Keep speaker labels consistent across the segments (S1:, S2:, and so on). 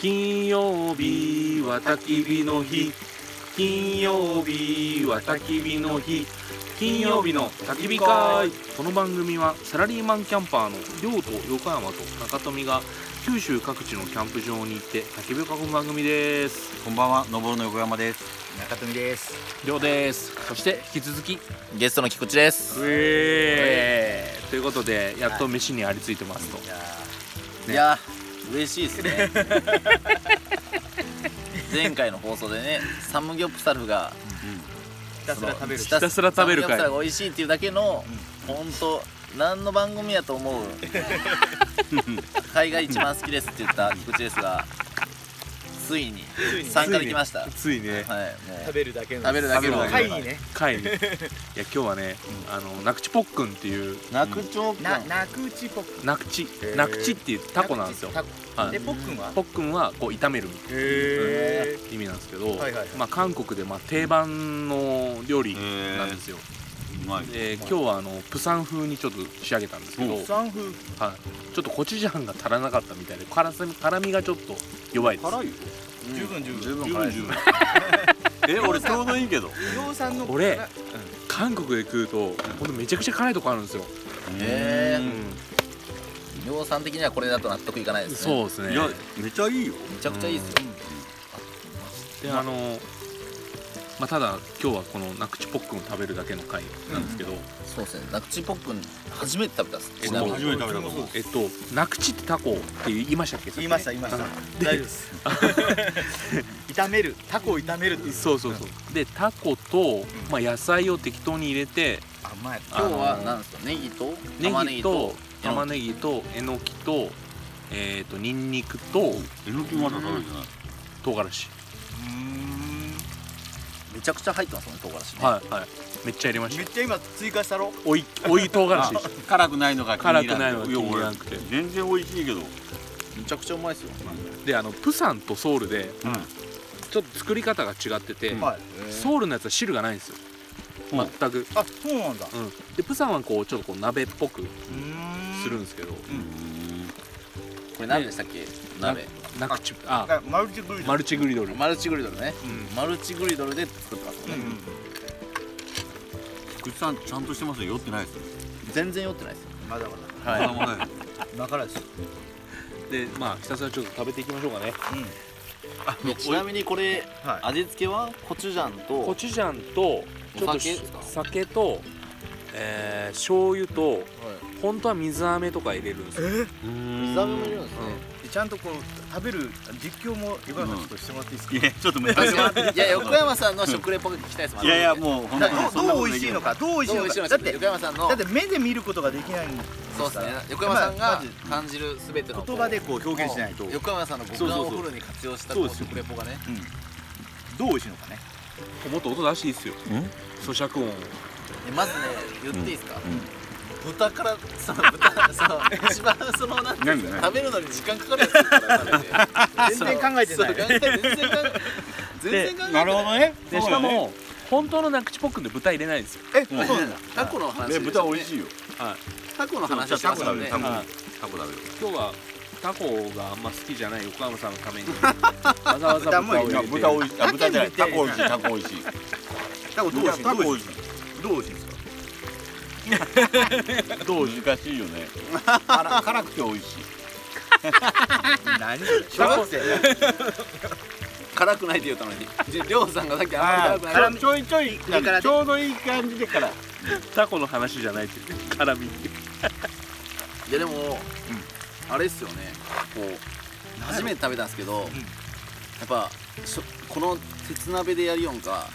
S1: 金曜日は焚き火の日金曜日は焚き火の日金曜日の焚き火会この番組はサラリーマンキャンパーの亮と横山と中富が九州各地のキャンプ場に行って焚き火を囲む番組です
S2: こんばんは、のぼるの横山です。
S3: 中富です
S1: 亮ですそして引き続き
S2: ゲストの菊池です。
S1: えーということでやっと飯にありついてますと、
S3: いや
S1: ね
S2: いやー、嬉しいです ね。前回の放送でね、サムギョプサルが
S3: ひたすら食べる
S2: ひ
S3: 人
S1: ひたすら食べる
S2: サムギョ
S1: 会
S2: プサルが美味しいっていうだけの、本当何の番組やと 思う。海外一番好きですって言った菊池ですが、ついに
S3: ついに
S2: 参加できました。はい、
S1: ついね
S2: も
S3: 食
S2: う
S3: べるだけの
S2: 食べるだけの
S3: 会議ね
S1: 会にいや今日はね、あのナクチポックンっていう
S2: 泣く長
S3: な
S2: 官。
S3: なくうちポック
S1: ナクチ
S3: へー
S1: ナクチっていうタコなんですよ
S3: タコ
S1: はい
S3: でポックンは
S1: ポックンはこう炒めるみたい
S3: へ
S1: な意味なんですけど、
S3: はいはい
S1: まあ、韓国でまあ定番の料理なんですよ、
S4: うまい
S1: で今日はあのプサン風にちょっと仕上げたんですけど、
S4: う
S1: はい、
S3: え
S1: ち
S3: サンフ
S1: ょっとコチュジャンが足らなかったみたいで辛さ辛みがちょっと弱いです
S4: 辛いよ
S2: うん
S3: 十分十分
S2: 十分
S4: 十
S2: 辛
S4: 分
S2: いです
S4: 十分え俺ちょうどいいけど
S3: 量産の
S1: これ
S3: から
S1: 韓国で食うとほんとめちゃくちゃ辛いとこあるんですよ、
S2: えー
S1: う
S2: 量産的にはこれだと納得いかないで
S1: ん、
S2: すね。
S1: そうですね
S4: いやめちゃいいよ
S2: めちゃくちゃいいですよ。
S1: であのまあ、ただ今日はこのナクチポックンを食べるだけの回なんですけど、
S2: そうですね。ナクチポップン初めて食べたっす。
S1: え
S2: ちなみに
S4: 初めて食べた
S3: 僕も
S4: の
S3: そうです
S1: えっとナクチってタコって言いましたっけ
S3: 言いました言いました
S1: うん
S3: 大丈夫です 炒めるタコを炒めるっていう
S1: そうそうそう、でタコと、まあ、野菜を適当に入れて
S3: 甘い
S2: 今日はなんですかネギと
S1: ネ
S2: 玉ね
S1: ギ
S2: ぎ
S1: と
S2: と
S1: 玉ねぎとえのきとえっ、とニンニクと
S4: えのきまだ食べるじゃない
S1: 唐辛子、
S2: めちゃくちゃ入ってますもんね唐辛子ね。
S1: はいはいめっちゃ入れまし
S3: めったちゃ今追加したろ
S1: おいおい唐辛子でした
S4: あ辛くないのが気に
S1: 辛
S4: 入
S1: くない
S4: ら
S1: の
S4: ん
S1: が
S4: け
S1: 気
S4: ど
S1: に入
S4: い
S1: ら
S4: や
S1: なくて
S4: 俺全然美味しいけど
S2: めちゃくちゃうまいですよ。
S1: であのプサンとソウルで
S4: うん
S1: ちょっと作り方が違ってて、
S3: はい
S1: ソウルのやつは汁がないんですよ
S4: うん
S1: 全く、
S3: あそうなんだ
S1: うん、でプサンはこうちょっとこう鍋っぽくするんですけど、
S2: これ何でしたっけ鍋。
S1: ナクチあ
S3: あマルチグリル
S1: マルチグリドル、
S2: マルチグリドルね。
S1: うん
S2: マルチグリドルで作ってますもんね。
S4: 菊池さんちゃんとしてますよ酔ってないですよ
S2: 全然酔ってないですよ。
S3: まだま
S2: は
S4: そんなもんない
S3: だ今からですよ
S1: でまあひたすらちょっと食べていきましょうかね
S2: い。ちなみにこれ
S3: はい
S2: 味付けはコチュジャン
S1: コ
S2: と
S1: チュジャンとちょっと
S2: お酒
S1: し酒と、えー、醤油と本当は水飴とか入れるんですよ、
S2: 水飴も入れるんですね。
S3: でちゃんとこう食べる実況も横山さんちょっとしてもらっていいですか
S4: いやちょっと難し
S2: 確
S4: い
S2: かにいや横山さんの食レポが聞きたいですもん
S4: いやいやもう本当に
S3: ど
S4: そ
S3: うん
S4: な
S3: ど
S4: こ
S3: う
S4: とで
S3: 美味
S4: き
S3: しい
S4: る
S3: のかどう美味しい
S2: どう美
S3: の
S2: 味しい
S3: か
S2: のか
S3: だ
S2: っ
S3: ってて
S2: 横山さんの
S3: だって目で見ることができないんです
S2: そうですね
S3: から
S2: 横山さんが
S3: まず
S2: 感じるすべての
S3: 言葉でこう表現しないとどう
S2: 横山さんの五感
S4: そ
S2: を
S4: うそうそう
S2: フルに活用した
S4: そう
S2: こ
S4: です
S2: う
S4: よ
S2: 食レポがね
S3: 美味しいのかね
S1: もっと音出していいっすよ咀嚼音を
S2: えまずね言っていいですか、豚からその豚その一番そのなんていうんですか食べるのに時間かかるやつから食べて
S3: 全然考えてない
S2: そう全然考えてない全然考えてない
S4: なるほどね
S1: でしかも本当のナクチポックンで豚入れないんですよ
S3: え
S4: うん
S3: そうなんだ
S2: タコの話
S4: え
S2: です
S4: 豚美味
S2: い
S4: しいよ
S2: タコの話してましたもんね
S4: タコ
S1: はい
S4: タコ食べる
S1: 今日はタコがあんま好きじゃない横浜さんのた めにわざわざ
S3: 豚も入
S1: 豚
S3: れ
S1: を
S4: い
S3: て
S1: 入
S4: や
S1: れて
S4: 豚美味しいあ豚じゃない
S3: タ
S4: タ
S3: コ
S4: コ美
S3: 美
S4: 味
S3: 味
S4: しいタコ美味しい
S3: タコどう美味しい
S4: タコ美
S3: の
S4: 味しい
S3: どう美味しいんですか
S4: どう難しいよね辛辛くて美味しい
S3: 何それ小学生
S2: 辛くないって言ったのにじりょうさんがさっきあんまり辛くない
S3: 辛
S4: ちょいちょい
S3: だからね
S4: ちょうどいい感じでから
S1: タコの話じゃないって言って辛みって
S2: いやでも、あれっすよねこう初めて食べたんですけど、やっぱしょこの鉄鍋でやるよんか、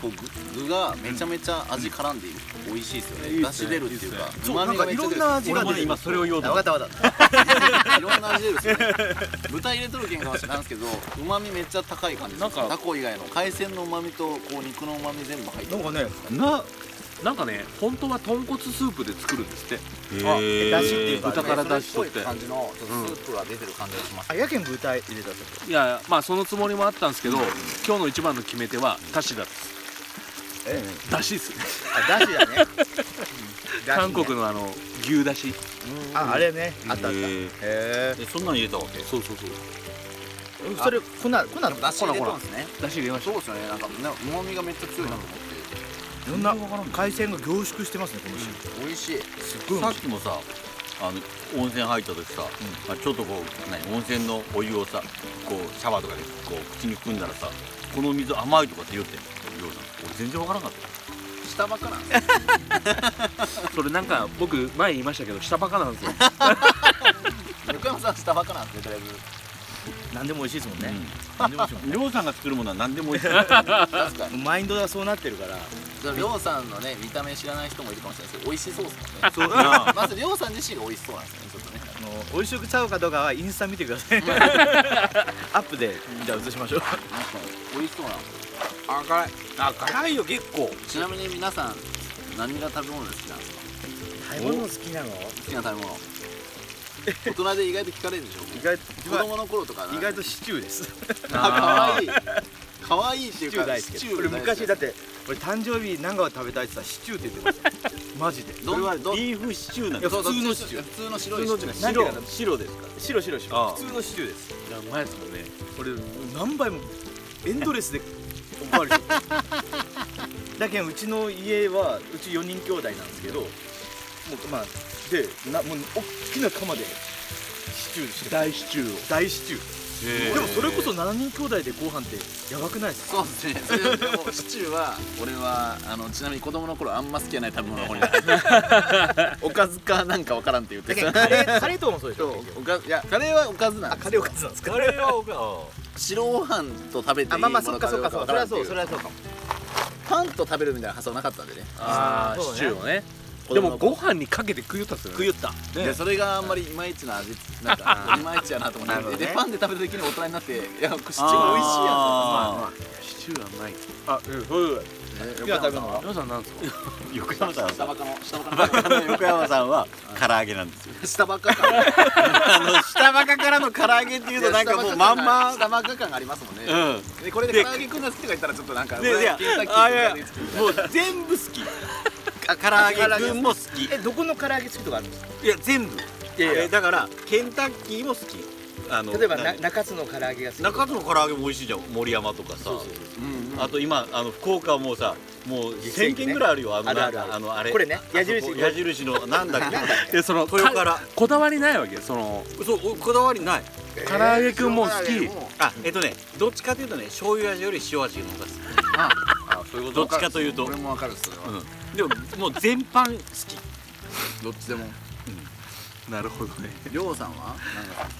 S2: こう具具がめちゃめちゃ味絡んでいる、美味しいっすよね出し出るっていうか
S3: そう
S2: 旨味がめっちゃ
S3: なんかい
S2: 出る
S3: ろんな味が
S4: 俺もね今それを言おうと
S2: 分かった分かった いろんな味出るっすよね豚入れとるけんかもしれないんですけど旨味めっちゃ高い感じです
S1: なんか
S2: タコ以外の海鮮の旨味とこう肉の旨味全部入って
S3: な
S2: る
S3: んかね
S4: な
S1: なんかね本当は豚骨スープで作るんですって
S3: あえだしっていうか
S1: 豚から出しとって
S2: 感じのちょっとスープが出てる感じがします、
S3: あやけん豚入れたとこ
S1: いやまあそのつもりもあったんですけど、今日の一番の決め手はタシだです
S3: え
S1: だしですね
S3: あだしだね
S1: 韓国
S3: の
S1: のあの牛だし
S3: ああれねあったあ
S4: へ
S3: ったへえ
S4: えそんなん入れたわけ
S1: そうそうそう
S3: それ粉粉
S2: でも出
S3: 粉
S2: 汁入れたん
S3: 粉
S2: ですね
S3: 出汁入れまし
S2: そうですよねなんかなうまみがめっちゃ強いなと思って
S3: たいろんな海鮮が凝縮してますねこの汁
S2: 美味しい
S3: すっごい美
S4: さっ
S3: 味しい
S4: きもさあの温泉入った時さ、あちょっとこう何温泉のお湯をさこうシャワーとかでこう口に含んだらさこの水甘いとかって言ってんのようさん俺全然わからなかっ
S2: 下ばっかなんですよ
S1: それなんか僕前言いましたけど下バカなんですよ
S2: 横山さん下ばっかなんですねとりあえず
S3: 何でも美味しいですもん
S4: た
S3: ね、何でも美味しいもん
S4: うんりょうさんが作るものは何でも美味しい
S2: 確か に
S3: マインドがそうなってるから
S2: でもりょうさんのね見た目知らない人もいるかもしれないですけど美味しそうですもんね
S4: そうなあ
S2: まずりょうさん自身が美味しそうなんですよねちょっとね
S3: あの美味しくちゃうかどうかはインスタ見てください アップでじゃあ映しましょう
S2: なんか美味しそうなあ辛い
S4: あ辛いよ結構
S2: ちなみに皆さん何が食べ物が好きなんですか
S3: 食べ物好きなの
S2: 好きな食べ物大人で意外と聞かれるでしょ
S3: 意外
S2: 子供の頃とか
S3: 意外とシチューです
S2: あ可愛い可愛いってい
S3: シ
S2: う
S3: チュー
S2: か
S3: 大好き俺昔だって俺誕生日何かを食べたいってさシチューって言ってましたマジで
S2: どんどん
S4: ビーフシチューなん
S3: い
S4: だ
S3: や
S2: そうそう
S3: 普通のシチュー
S2: 普通の白いシチュー
S3: 何が
S4: 白白ですか
S3: 白白白
S4: ああ
S3: 普通のシチューです
S1: いやうまいですもんね
S3: 俺何杯もエンドレスでおかわり してただけどうちの家はうち4人兄弟なんですけどもうまあでなもう大きな釜でシチューして
S1: 大シチューを
S3: 大シチュー
S4: へー
S3: でもそれこそ7人兄弟でご飯ってやばくないですか
S2: そうですねそれでもシチューは俺はあのちなみに子供の頃あんま好きじゃない食べ物の方におかずかなんかわからんって言っ て
S3: カレーカレーとかもそうでし
S2: そ
S3: ょ
S2: うおかいやカレーはおかずなんです
S3: レーおかずなんです
S4: カレーはおか
S2: 白ご飯と食べてい
S3: あ
S2: い
S3: ま
S2: も
S3: あまあ
S2: の
S3: そっ
S2: か
S3: か
S2: ど
S3: そっか
S2: うか
S3: そ
S2: わ
S3: うそれはそそ
S2: からんっていうう
S3: れはそうかも
S2: パンと食べるみたいな発想なかったんでね
S1: あ
S3: そうね
S1: シチューをね
S2: 子
S1: で
S2: 供
S1: も
S2: の
S1: ご
S2: 頃
S1: 飯にかけて食いよったっすよ
S2: 食
S1: ね
S2: いよった、
S1: ね
S2: でそれがあんまりいまいちな味なんかいまいちやなと思
S3: な
S2: っ
S3: るほ
S2: て、
S3: どね
S2: でパンで食べた時に大人になっていやシチュー美味しいやん
S4: あ
S1: シチューはうまいあうんそう
S2: 好
S3: きな食べ物は
S1: ヨウさんなんですか
S4: 横山さん
S2: 下
S4: は
S2: バカの下バ
S4: バ
S2: カ
S4: カの横山さんは唐揚げなんですよ
S2: の下バカ感
S4: あの下バカからの唐揚げっていうとなんかもうまんま
S2: 下バカ感がありますもんね、
S4: うん
S2: でこれで唐揚げくんだ好きとか言ったらちょっとなんか
S4: で
S2: 俺
S4: いや
S2: ケンタッキー
S4: あい
S2: と
S4: や
S2: かで作る
S4: もう全部好きあ唐揚げ軍も好き
S3: えどこの唐揚げ好きとかあるんですか
S4: いや全部
S3: いやいや
S4: えだからケンタッキーも好きあの
S3: 例えばな
S4: 何
S3: 中津の唐揚げが好き
S4: 中津の唐揚げも美味しいじゃん森山とかさ
S2: うんうん
S4: あと今あの福岡はもうさもう
S3: 激戦
S4: 1000
S3: 区ね
S4: 軒ぐらいあるよあの
S3: あるあるある
S4: なんかのあれ
S3: これね
S4: あ
S3: 矢印
S4: あそこ矢印のなんだっけ
S1: でその
S4: 豊から
S1: こだわりないわけその
S4: そうおこだわりない
S1: 唐揚げくんも好き
S4: あえっとねどっちかというとね醤油味より塩味の方が好き
S2: ああそういうこと
S4: どっちかというと
S2: 俺もわかるっすそれは
S4: うんでももう全般好き
S2: どっちでも
S1: なるほどね
S2: りょうさんは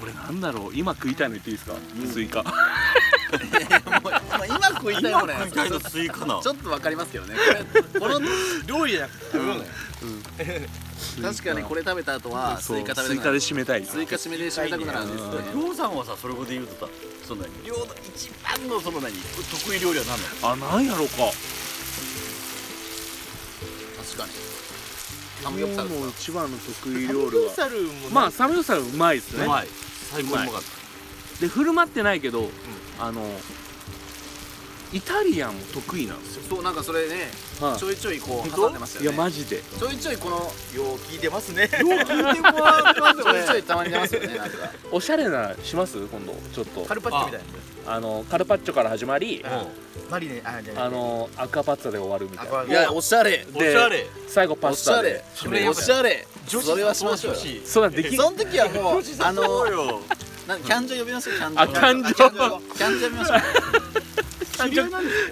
S1: 俺なんだろう今食いたいの言っていいですかスイカ
S2: なんかもうまあ今食いたいもんね
S4: 今回のスイカな
S2: ちょっとわかりますけどねこれこの
S3: 料理じゃなくて食べ物よ
S2: 確かにこれ食べた後はス
S1: そう
S2: イカ食
S1: ス
S2: べ
S1: イ
S2: たくな
S1: カで
S2: る
S1: 締めたい
S2: スイカ締めで締めたくなる味ですね
S4: りょうさんはさそれこで言うとさそのりょうの一番のその何得意料理は何な
S1: あ
S4: の
S1: なんやろうか
S2: 確かにサムギョプサルとか
S1: 一番の得意
S3: サムギョプサルも
S1: ま
S3: ま
S1: あサムギョプサルうまいですね
S4: うまい最高にうまかっ
S1: で振る舞ってないけど、あのイタリアンも得意なんです
S2: そうなんかそれね
S1: よ、
S2: ちょいちょいこう挟んでました
S1: い
S2: よ
S1: や
S2: ね
S1: マジで
S2: ちょいちょいこの
S3: あよう聞いてますね
S4: たよう聞いてもらってますよ
S2: ちょい
S4: ね
S2: ちょいたまに出ますよねなんか
S1: おしゃれなします今度ちょっと
S3: カルパッチョみたい
S1: あのカルパッチョから始まり、
S3: なマリネあじゃない
S1: あのアクアパッツァで終わるみたいない
S2: やおしゃれ
S4: うんおしゃれ
S1: 最後
S2: お
S1: パス
S2: しゃ
S1: タ
S2: れ
S1: で
S2: それおしゃれそれはしましょうよ
S1: そんなでき
S2: その時はもうあの
S4: よ
S2: なんキャンジョ呼びましょうキャンジョ
S1: あ感情
S2: あキャンジョキャンジョ呼びましょう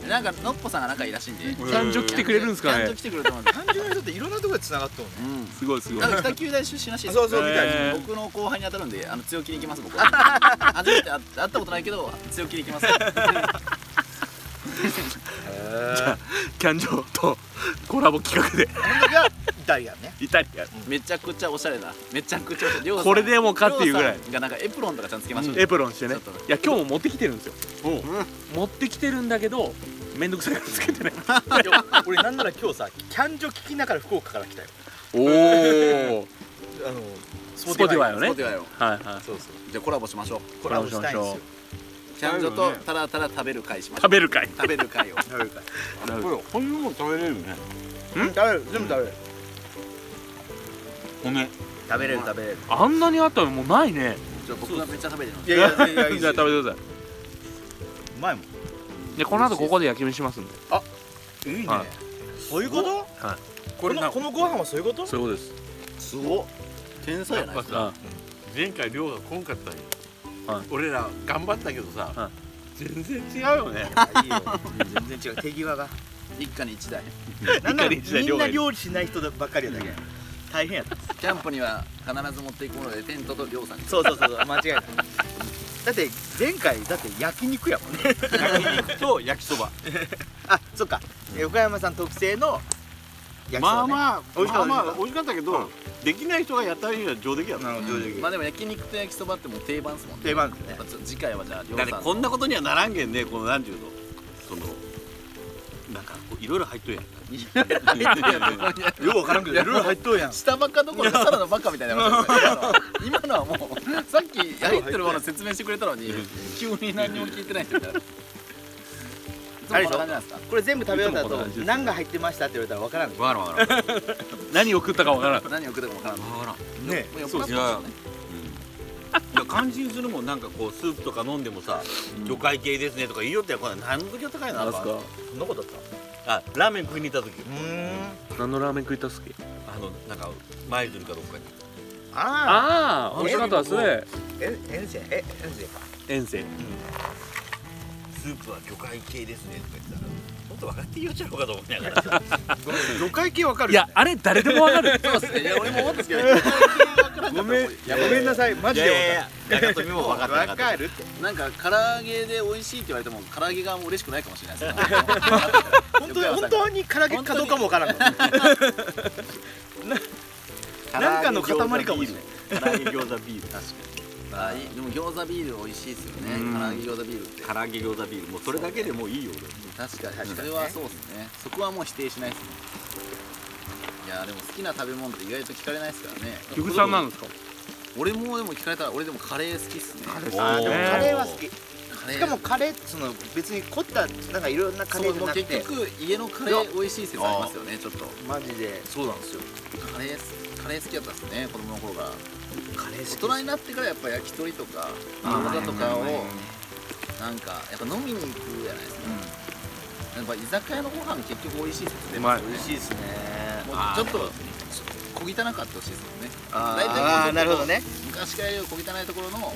S2: なんかのっぽさんが仲いいらしいんで
S1: 感情来てくれるんですか
S2: キャ
S1: ね
S2: ンジョ来てくれると思うんで
S3: 単純に人っていろんなところで繋がっとうね
S2: うん
S1: すごいすごい
S2: なんか北九大出身らしいです
S3: そうそうみたいです
S1: へー
S2: 僕の後輩に当たるんであの強気に行きます 僕初めて会ったことないけど強気に行きます
S1: キャンジョとコラボ企画で
S3: これがイタリアンね
S1: イタリアン
S2: めちゃくちゃおしゃれなめちゃくち ゃおしゃれりょうさん
S1: これでもかっていうぐらい
S2: りょさんがなんかエプロンとかちゃんとつけましたね
S1: エプロンしてね
S2: ちょっとね
S1: いや今日も持ってきてるんですよ持ってきてるんだけどめんどくさいからつけてね
S3: 俺なんなら今日さキャンジョ聞きながら福岡から来たよ
S1: おお
S3: あの
S1: スポティファイのね
S2: そうだよ
S1: はいはい
S3: そうそう
S2: じゃあコラボしましょう
S3: コラボしたいんですよ
S2: キャンジョとただただ食べる会しましょ
S1: 食
S2: う
S1: べるかい
S2: 食べる会を
S3: 食べるから
S4: これこういうもん食べれるね
S3: 食べる全部食べる
S4: 米
S3: 食べれる食べれる
S1: あんなにあったのもうないね
S2: じゃあ僕がめっちゃ食べてるの
S3: いやいやいやいやい
S1: じゃあ食べてください
S3: まいもん
S1: でこの後ここで焼き飯しますんで
S3: いいね、
S1: はい
S3: そういうこと
S1: はい
S3: これのこのご飯はそういうこと
S1: そういうことです
S2: すごっ天才やないですか
S1: あ
S4: 前回量がこんかったんよ、
S1: はい
S4: 俺ら頑張ったけどさ、
S1: は
S4: 全然違うよね
S3: いいよ全然違う手際が
S2: 一家に一台
S3: なんなら
S4: いい
S3: み
S4: 感じだ
S3: んな
S4: 料理
S3: 料理しない人ばっかりやったけん大変やった
S2: キャンプには必ず持っていくものでテントと量産です
S3: そうそうそうそう間違いないだって前回だって焼肉やもんね
S4: 焼肉と焼きそば、
S3: あそっかえ岡山さん特製の焼きそば、ね、
S4: まあまあ
S3: 美味
S4: ま
S3: しか
S4: あ
S3: った
S4: まあ美味しかったけど、できない人がやったには上出来や
S3: な
S4: な
S3: るほど上手
S2: まあでも焼肉と焼きそばってもう定番ですもんね
S3: 定番ですね
S2: やっぱちょっと次回はじゃあ量
S4: だっ
S2: 産
S4: てこんなことにはならんけんねこの何十のそのなんかこういろいろ入っとるやん
S3: ようわからんけどいろいろ入っとうやん
S2: 下ばっかどころかただのバカみたいなことですよ今のはもうさっき入ってるもの説明してくれたのに急に何も聞いてない人みたいないつもこんな感じなんですか
S3: これ全部食べ終わった
S1: いつもこんな
S3: 後
S1: 感じです
S3: 何が入ってましたって言われたらわからんね
S4: わからんわからんわ
S1: 何を食ったかわからん
S2: 何を送っても分からんも
S4: からん
S3: え
S2: う酔っ払ってますよね
S4: いや感心するもんなんかこうスープとか飲んでもさ魚介系ですねとか言いよったよこれ何の時あったかいな
S1: 何すか
S3: そんなことだった
S4: あラーメン食いに行った時
S3: うーん
S1: 何のラーメン食いたっすっけ
S4: あのなんか舞鶴かどっかに
S3: ああ
S1: ああ
S3: ー
S1: 美味しかったっすね
S3: え遠征え遠征か
S1: 遠征
S4: スープは魚介系ですねとか言ってたらもっと分かって言おうちゃろうかと思いながらさ
S3: 魚介系わか
S1: い
S3: るよ
S1: や
S3: ね
S1: あれ誰でもわか る
S2: そうですねいや俺も思ったんですけど魚介系分からんかった
S3: ごめん
S2: やば
S3: ごめんなさいマ
S4: い
S3: ジ
S4: や
S3: で
S4: い
S3: わ
S4: やい
S3: か
S4: や中富も分かってなか
S3: るわ
S4: った
S3: かるって
S2: いなんか唐揚げで美味しいって言われても唐揚げ側も嬉しくないかもしれないですね
S3: 本当に本当に唐揚げかどうかもわからんの なんかの塊かもしれない
S4: 唐揚げ餃子ビール
S2: 確かにあいいでも餃子ビール美味しいですよね
S1: うん
S2: 唐揚げ餃子ビールって
S4: 唐揚げ餃子ビールもうそれだけでもういいよ
S2: 確か
S3: 確
S2: に
S3: かにね
S2: それはそうですねそこはもう否定しないですねいやーでも好きな食べ物って意外と聞かれないですからね
S1: 菊池さんなんですか
S2: 俺もでも聞かれたら俺でもカレー好きっすねカレ
S4: あーでも
S3: カレーは好き
S2: カレー
S3: しかもカレーってその別に凝ったなんかいろんなカ
S2: そ
S3: レ
S2: う
S3: ーじ
S2: も
S3: ゃ
S2: う
S3: なく
S2: 結
S3: て
S2: 局家のカレー美味しい説ありますよねちょっと
S3: マジでそうなんですよ
S2: カレーカレー好きだったっすね子供の頃が
S3: カレー好き
S2: 大人になってからやっぱ焼き鳥とか
S3: あ
S2: 餃
S3: ー
S2: 子とか
S3: は
S2: を
S3: いはいはい
S2: なんかやっぱ飲みに行くじゃないですかやっぱ居酒屋のご飯結局美味しい説で
S1: うまい
S3: 美味しいですね
S2: もうちょっと小汚かってほしいですもんね大体
S3: ああなるほどね
S2: 昔からよく小汚いところの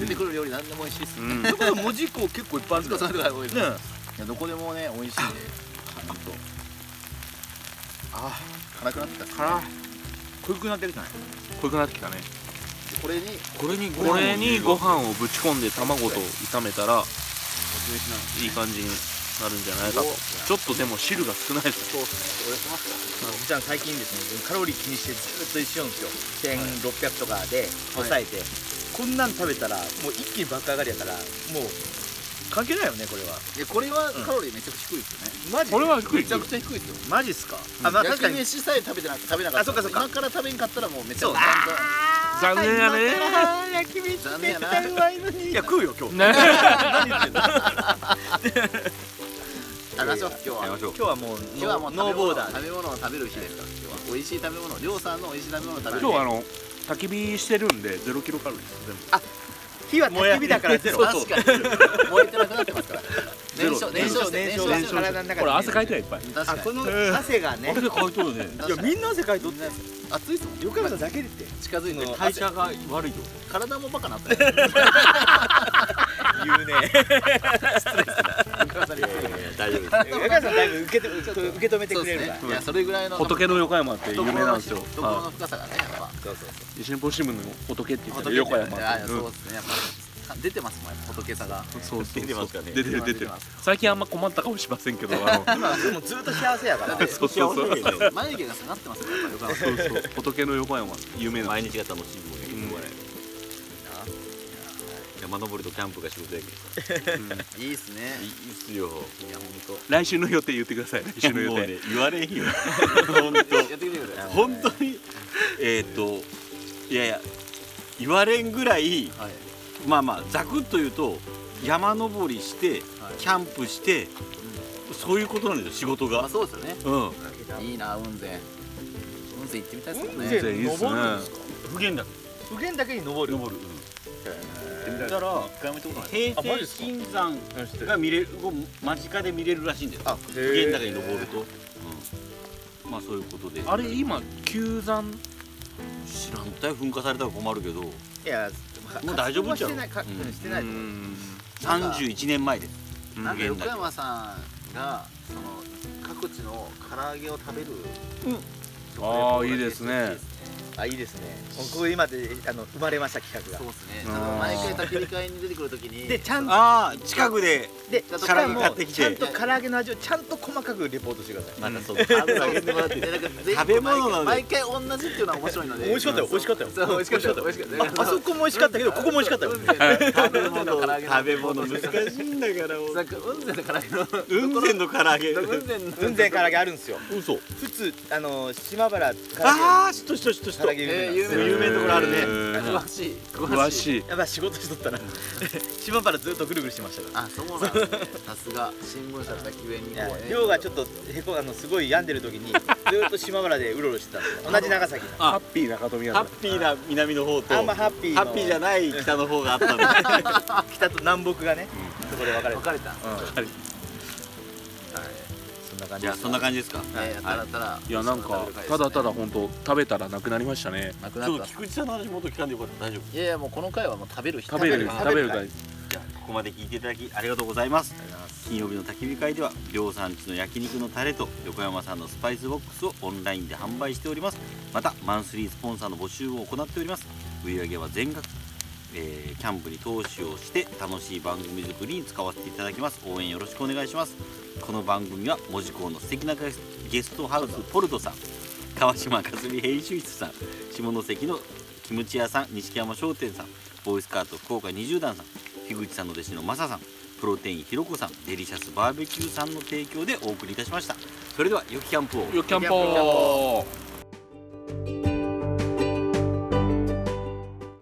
S2: 出てくる料理何でも美味しいです
S1: う
S2: ね、
S1: ん
S3: ところ文字工結構いっぱいあるん
S2: そう
S3: だ
S2: それぐらい多いです、
S3: ね
S2: いやどこでもね美味しいんでほんと
S3: あ
S2: 辛くなってきたっすね
S3: 辛い濃くなってきたね
S1: 濃くなってきたね
S2: これに
S4: これにご
S1: これにご飯をぶち込んで卵と炒めたらいい感じになるんじゃないかとちょっとでも汁が少ないです
S2: そうっすね俺します
S3: まあ、じゃあ最近ですねカロリー気にしてずっと一緒なんですよ1600とかで抑えて、こんなん食べたらもう一気に爆上がりやからもう関係ないよねこれはい
S2: やこれはカロリーめちゃくちゃ低いですよね、
S3: マジ
S1: これは低
S2: め
S1: い
S2: ちゃくちゃ低いですよ
S3: マジっすか、あまあ確
S2: 焼
S3: か
S2: き
S3: に
S2: 飯さえ食べてなく食べなかった
S3: あそっかそっか
S2: 今から食べんかったらもうめちゃくち
S1: 残念やね
S3: ね焼き飯
S2: 残念や
S3: 絶
S2: な
S3: 対うまいのにいや食うよ今日
S1: ね
S3: 何言ってんの
S4: やり
S2: ゃ話します今日は
S4: ましょう
S3: 今日はもう
S2: 今日はもう
S3: ノー
S2: 食べ
S3: ボ
S2: 物
S3: ーダー
S2: 食べ物を食べる日ですから今日は美味しい食べ物りょうさんの美味しい食べ物を食べる
S1: 今
S2: 日
S1: 日はあの焚き火してるんでゼロキロカロリーです全部
S3: 火は焚き火だ からゼロ
S2: 確かに燃えてなくなってますから
S1: ゼロ
S2: 燃
S3: 燃
S2: 焼燃
S3: 焼
S2: 焼
S3: 燃
S2: 燃
S3: 焼燃焼体
S2: 焼燃焼
S3: の中で
S1: これ汗かいてはいっぱい
S2: 確
S3: あ
S2: かに
S3: この汗がね
S4: これ買い取るね
S3: いやみんな汗かいとって
S2: 暑いですもん
S3: 横山さんだけでって
S2: 近づいて
S3: その
S2: 代
S4: 代
S2: 謝
S4: 謝が悪いよ
S2: 体もバカなったよ
S3: 言うね
S4: 大丈夫です
S3: 横山さんだいぶ受けて受け止めて
S2: そ
S3: く
S2: う
S3: れ
S2: で
S3: る
S2: す
S3: から
S2: ねいやそれぐらいの
S1: 仏の横山って有名なんですよ
S2: 懐の
S1: は
S2: 深さがねやっぱ
S3: そうそう
S1: いで新報新聞の仏って言ったら横山
S2: いやい
S1: っ
S2: や
S1: て
S2: そうですねやっぱ出てますもんやっぱ仏さが
S1: そうそう
S4: 出てますかね
S1: 出てる出て
S2: 出て
S1: る
S2: ます
S1: 最近あんま困ったかもしませんけどあ の
S3: 今でもずっと幸せやから
S2: だって
S1: そうそうそう
S4: 幸せだよ
S2: 眉毛が下がってますよやっぱ横
S1: そうそう仏の横山有名なんで
S4: 毎日が楽しいもんやけどこれ山登りとキャンプが仕事やけどさ
S2: いいっすね
S4: いいっすよ
S2: いや本
S1: 来週の予定言ってください来週の予
S4: もう
S1: 定
S4: ね言われんよ本
S2: 当やってきてくだ
S4: 当
S2: さい
S4: 本当にえーっといやいや言われんぐらい
S2: はい
S4: まあまあざくっと言うと山登りして
S2: はい
S4: キャンプして、そういうことなんですよ仕事
S2: ま
S4: が
S2: あ、そうですよね
S4: うん
S2: いいな雲仙雲仙行ってみたいですもん
S3: 雲
S2: ね
S1: 全然いいっすね
S4: 不限だ
S3: 不限だけに登る
S4: 登る、
S2: えー
S3: みたい
S4: だ
S3: な
S4: から
S2: 一回も行ったことない
S4: 平
S3: あマ
S4: 成
S3: ジっすか
S4: 金山が見れるこう間近で見れるらしいんです
S3: あ
S4: 家の中に登ると、うん、まあそういうことで
S1: あれ今休山
S4: 知らんたい噴火されたら困るけど
S3: いや
S4: もう大丈夫じゃん
S3: 活動はしてないか
S4: うん
S3: うんしてないと思う
S2: なんか
S4: 31年前です
S1: うん
S2: なんか
S4: よ
S2: 横山さんがその各地の唐揚げを食べる、うん
S1: あーいいですね
S3: あいいですね僕今であの生まれました企画
S2: そう
S3: が
S2: ですね
S1: あー
S2: なんか毎回焚き火会に出てくるとき に
S3: でちゃんと
S4: ああ近くで
S3: で
S2: ちゃん
S3: し
S2: と
S3: か
S4: 唐揚げ
S3: も
S4: 買ってきて
S3: ちゃんと唐揚げの味をちゃんと細かくレポートしてください
S4: またそう
S2: あの揚げてもらってなんか
S4: 食べ物なのに
S2: 毎回毎回同じっていうのは面白いので
S3: 美味しかったよ美味しかったよ
S2: そう美味しかったよ美味しかった
S3: あそこも美味しかったけどここも美味しかったよ
S2: 食べ物の唐揚げ
S4: 食べ物難しいんだから
S2: なんか雲仙の唐揚げの
S4: 雲仙の唐揚げ
S2: 雲仙の
S3: 雲仙唐揚げあるんですよ
S4: 嘘
S3: 普通あの島原唐揚
S4: ああしとしとしとし
S3: げ唐
S4: と
S3: 揚げ
S2: えー
S3: 有名なんですよ
S2: 有
S4: 有
S2: 名
S4: 名なところあるね
S1: へー
S2: 詳しい
S1: 詳しい
S3: やっぱ仕事しとったな 島原ずっとぐるぐるしてましたか
S2: あそうなんですねさすが新聞社の滝上に
S3: ら
S2: 行こう
S3: い
S2: ね
S3: や亮がちょっとへこあのすごい病んでる時 にずっと島原でうろうろしてたんですよ同じ長崎の
S1: ハッピー中富
S4: ハッ
S1: 山
S4: ピーな南の方と
S3: あ
S4: ハ
S3: んまハッピーの
S4: ッピーじゃない北の方があったんで
S3: 北と南北がね、そこで分かれて
S2: 別れた
S3: うんそんな 感
S4: じゃあそんな感じですか
S2: ねたらたら
S1: いやなんかただただ本当食べたらなくなりましたね
S2: なく
S4: ち
S2: な
S4: ょっ
S2: っ
S4: と
S2: た
S4: 菊池さんの話もっと聞かんでよかった大丈夫
S2: いやいやもうこの回はもう食べる日
S1: 食べる
S3: 食
S1: 食べるか
S4: じゃあここまで聞いていただきありがとうございます金曜日の焚き火会では量産地の焼肉のタレと横山さんのスパイスボックスをオンラインで販売しておりますまたマンスリースポンサーの募集を行っております売り上げは全額、えーキャンプに投資をして楽しい番組作りに使わせていただきます応援よろしくお願いしますこの番組は門司港の素敵なゲスゲストハウスポルトさん川島かすみ編集室さん下関のキムチ屋さん錦山商店さんボーイスカート福岡20段さん樋口さんの弟子のマサさんプロテインひろこさんデリシャスバーベキューさんの提供でお送りいたしましたそれではよきキャンプを
S1: らよっキャンポー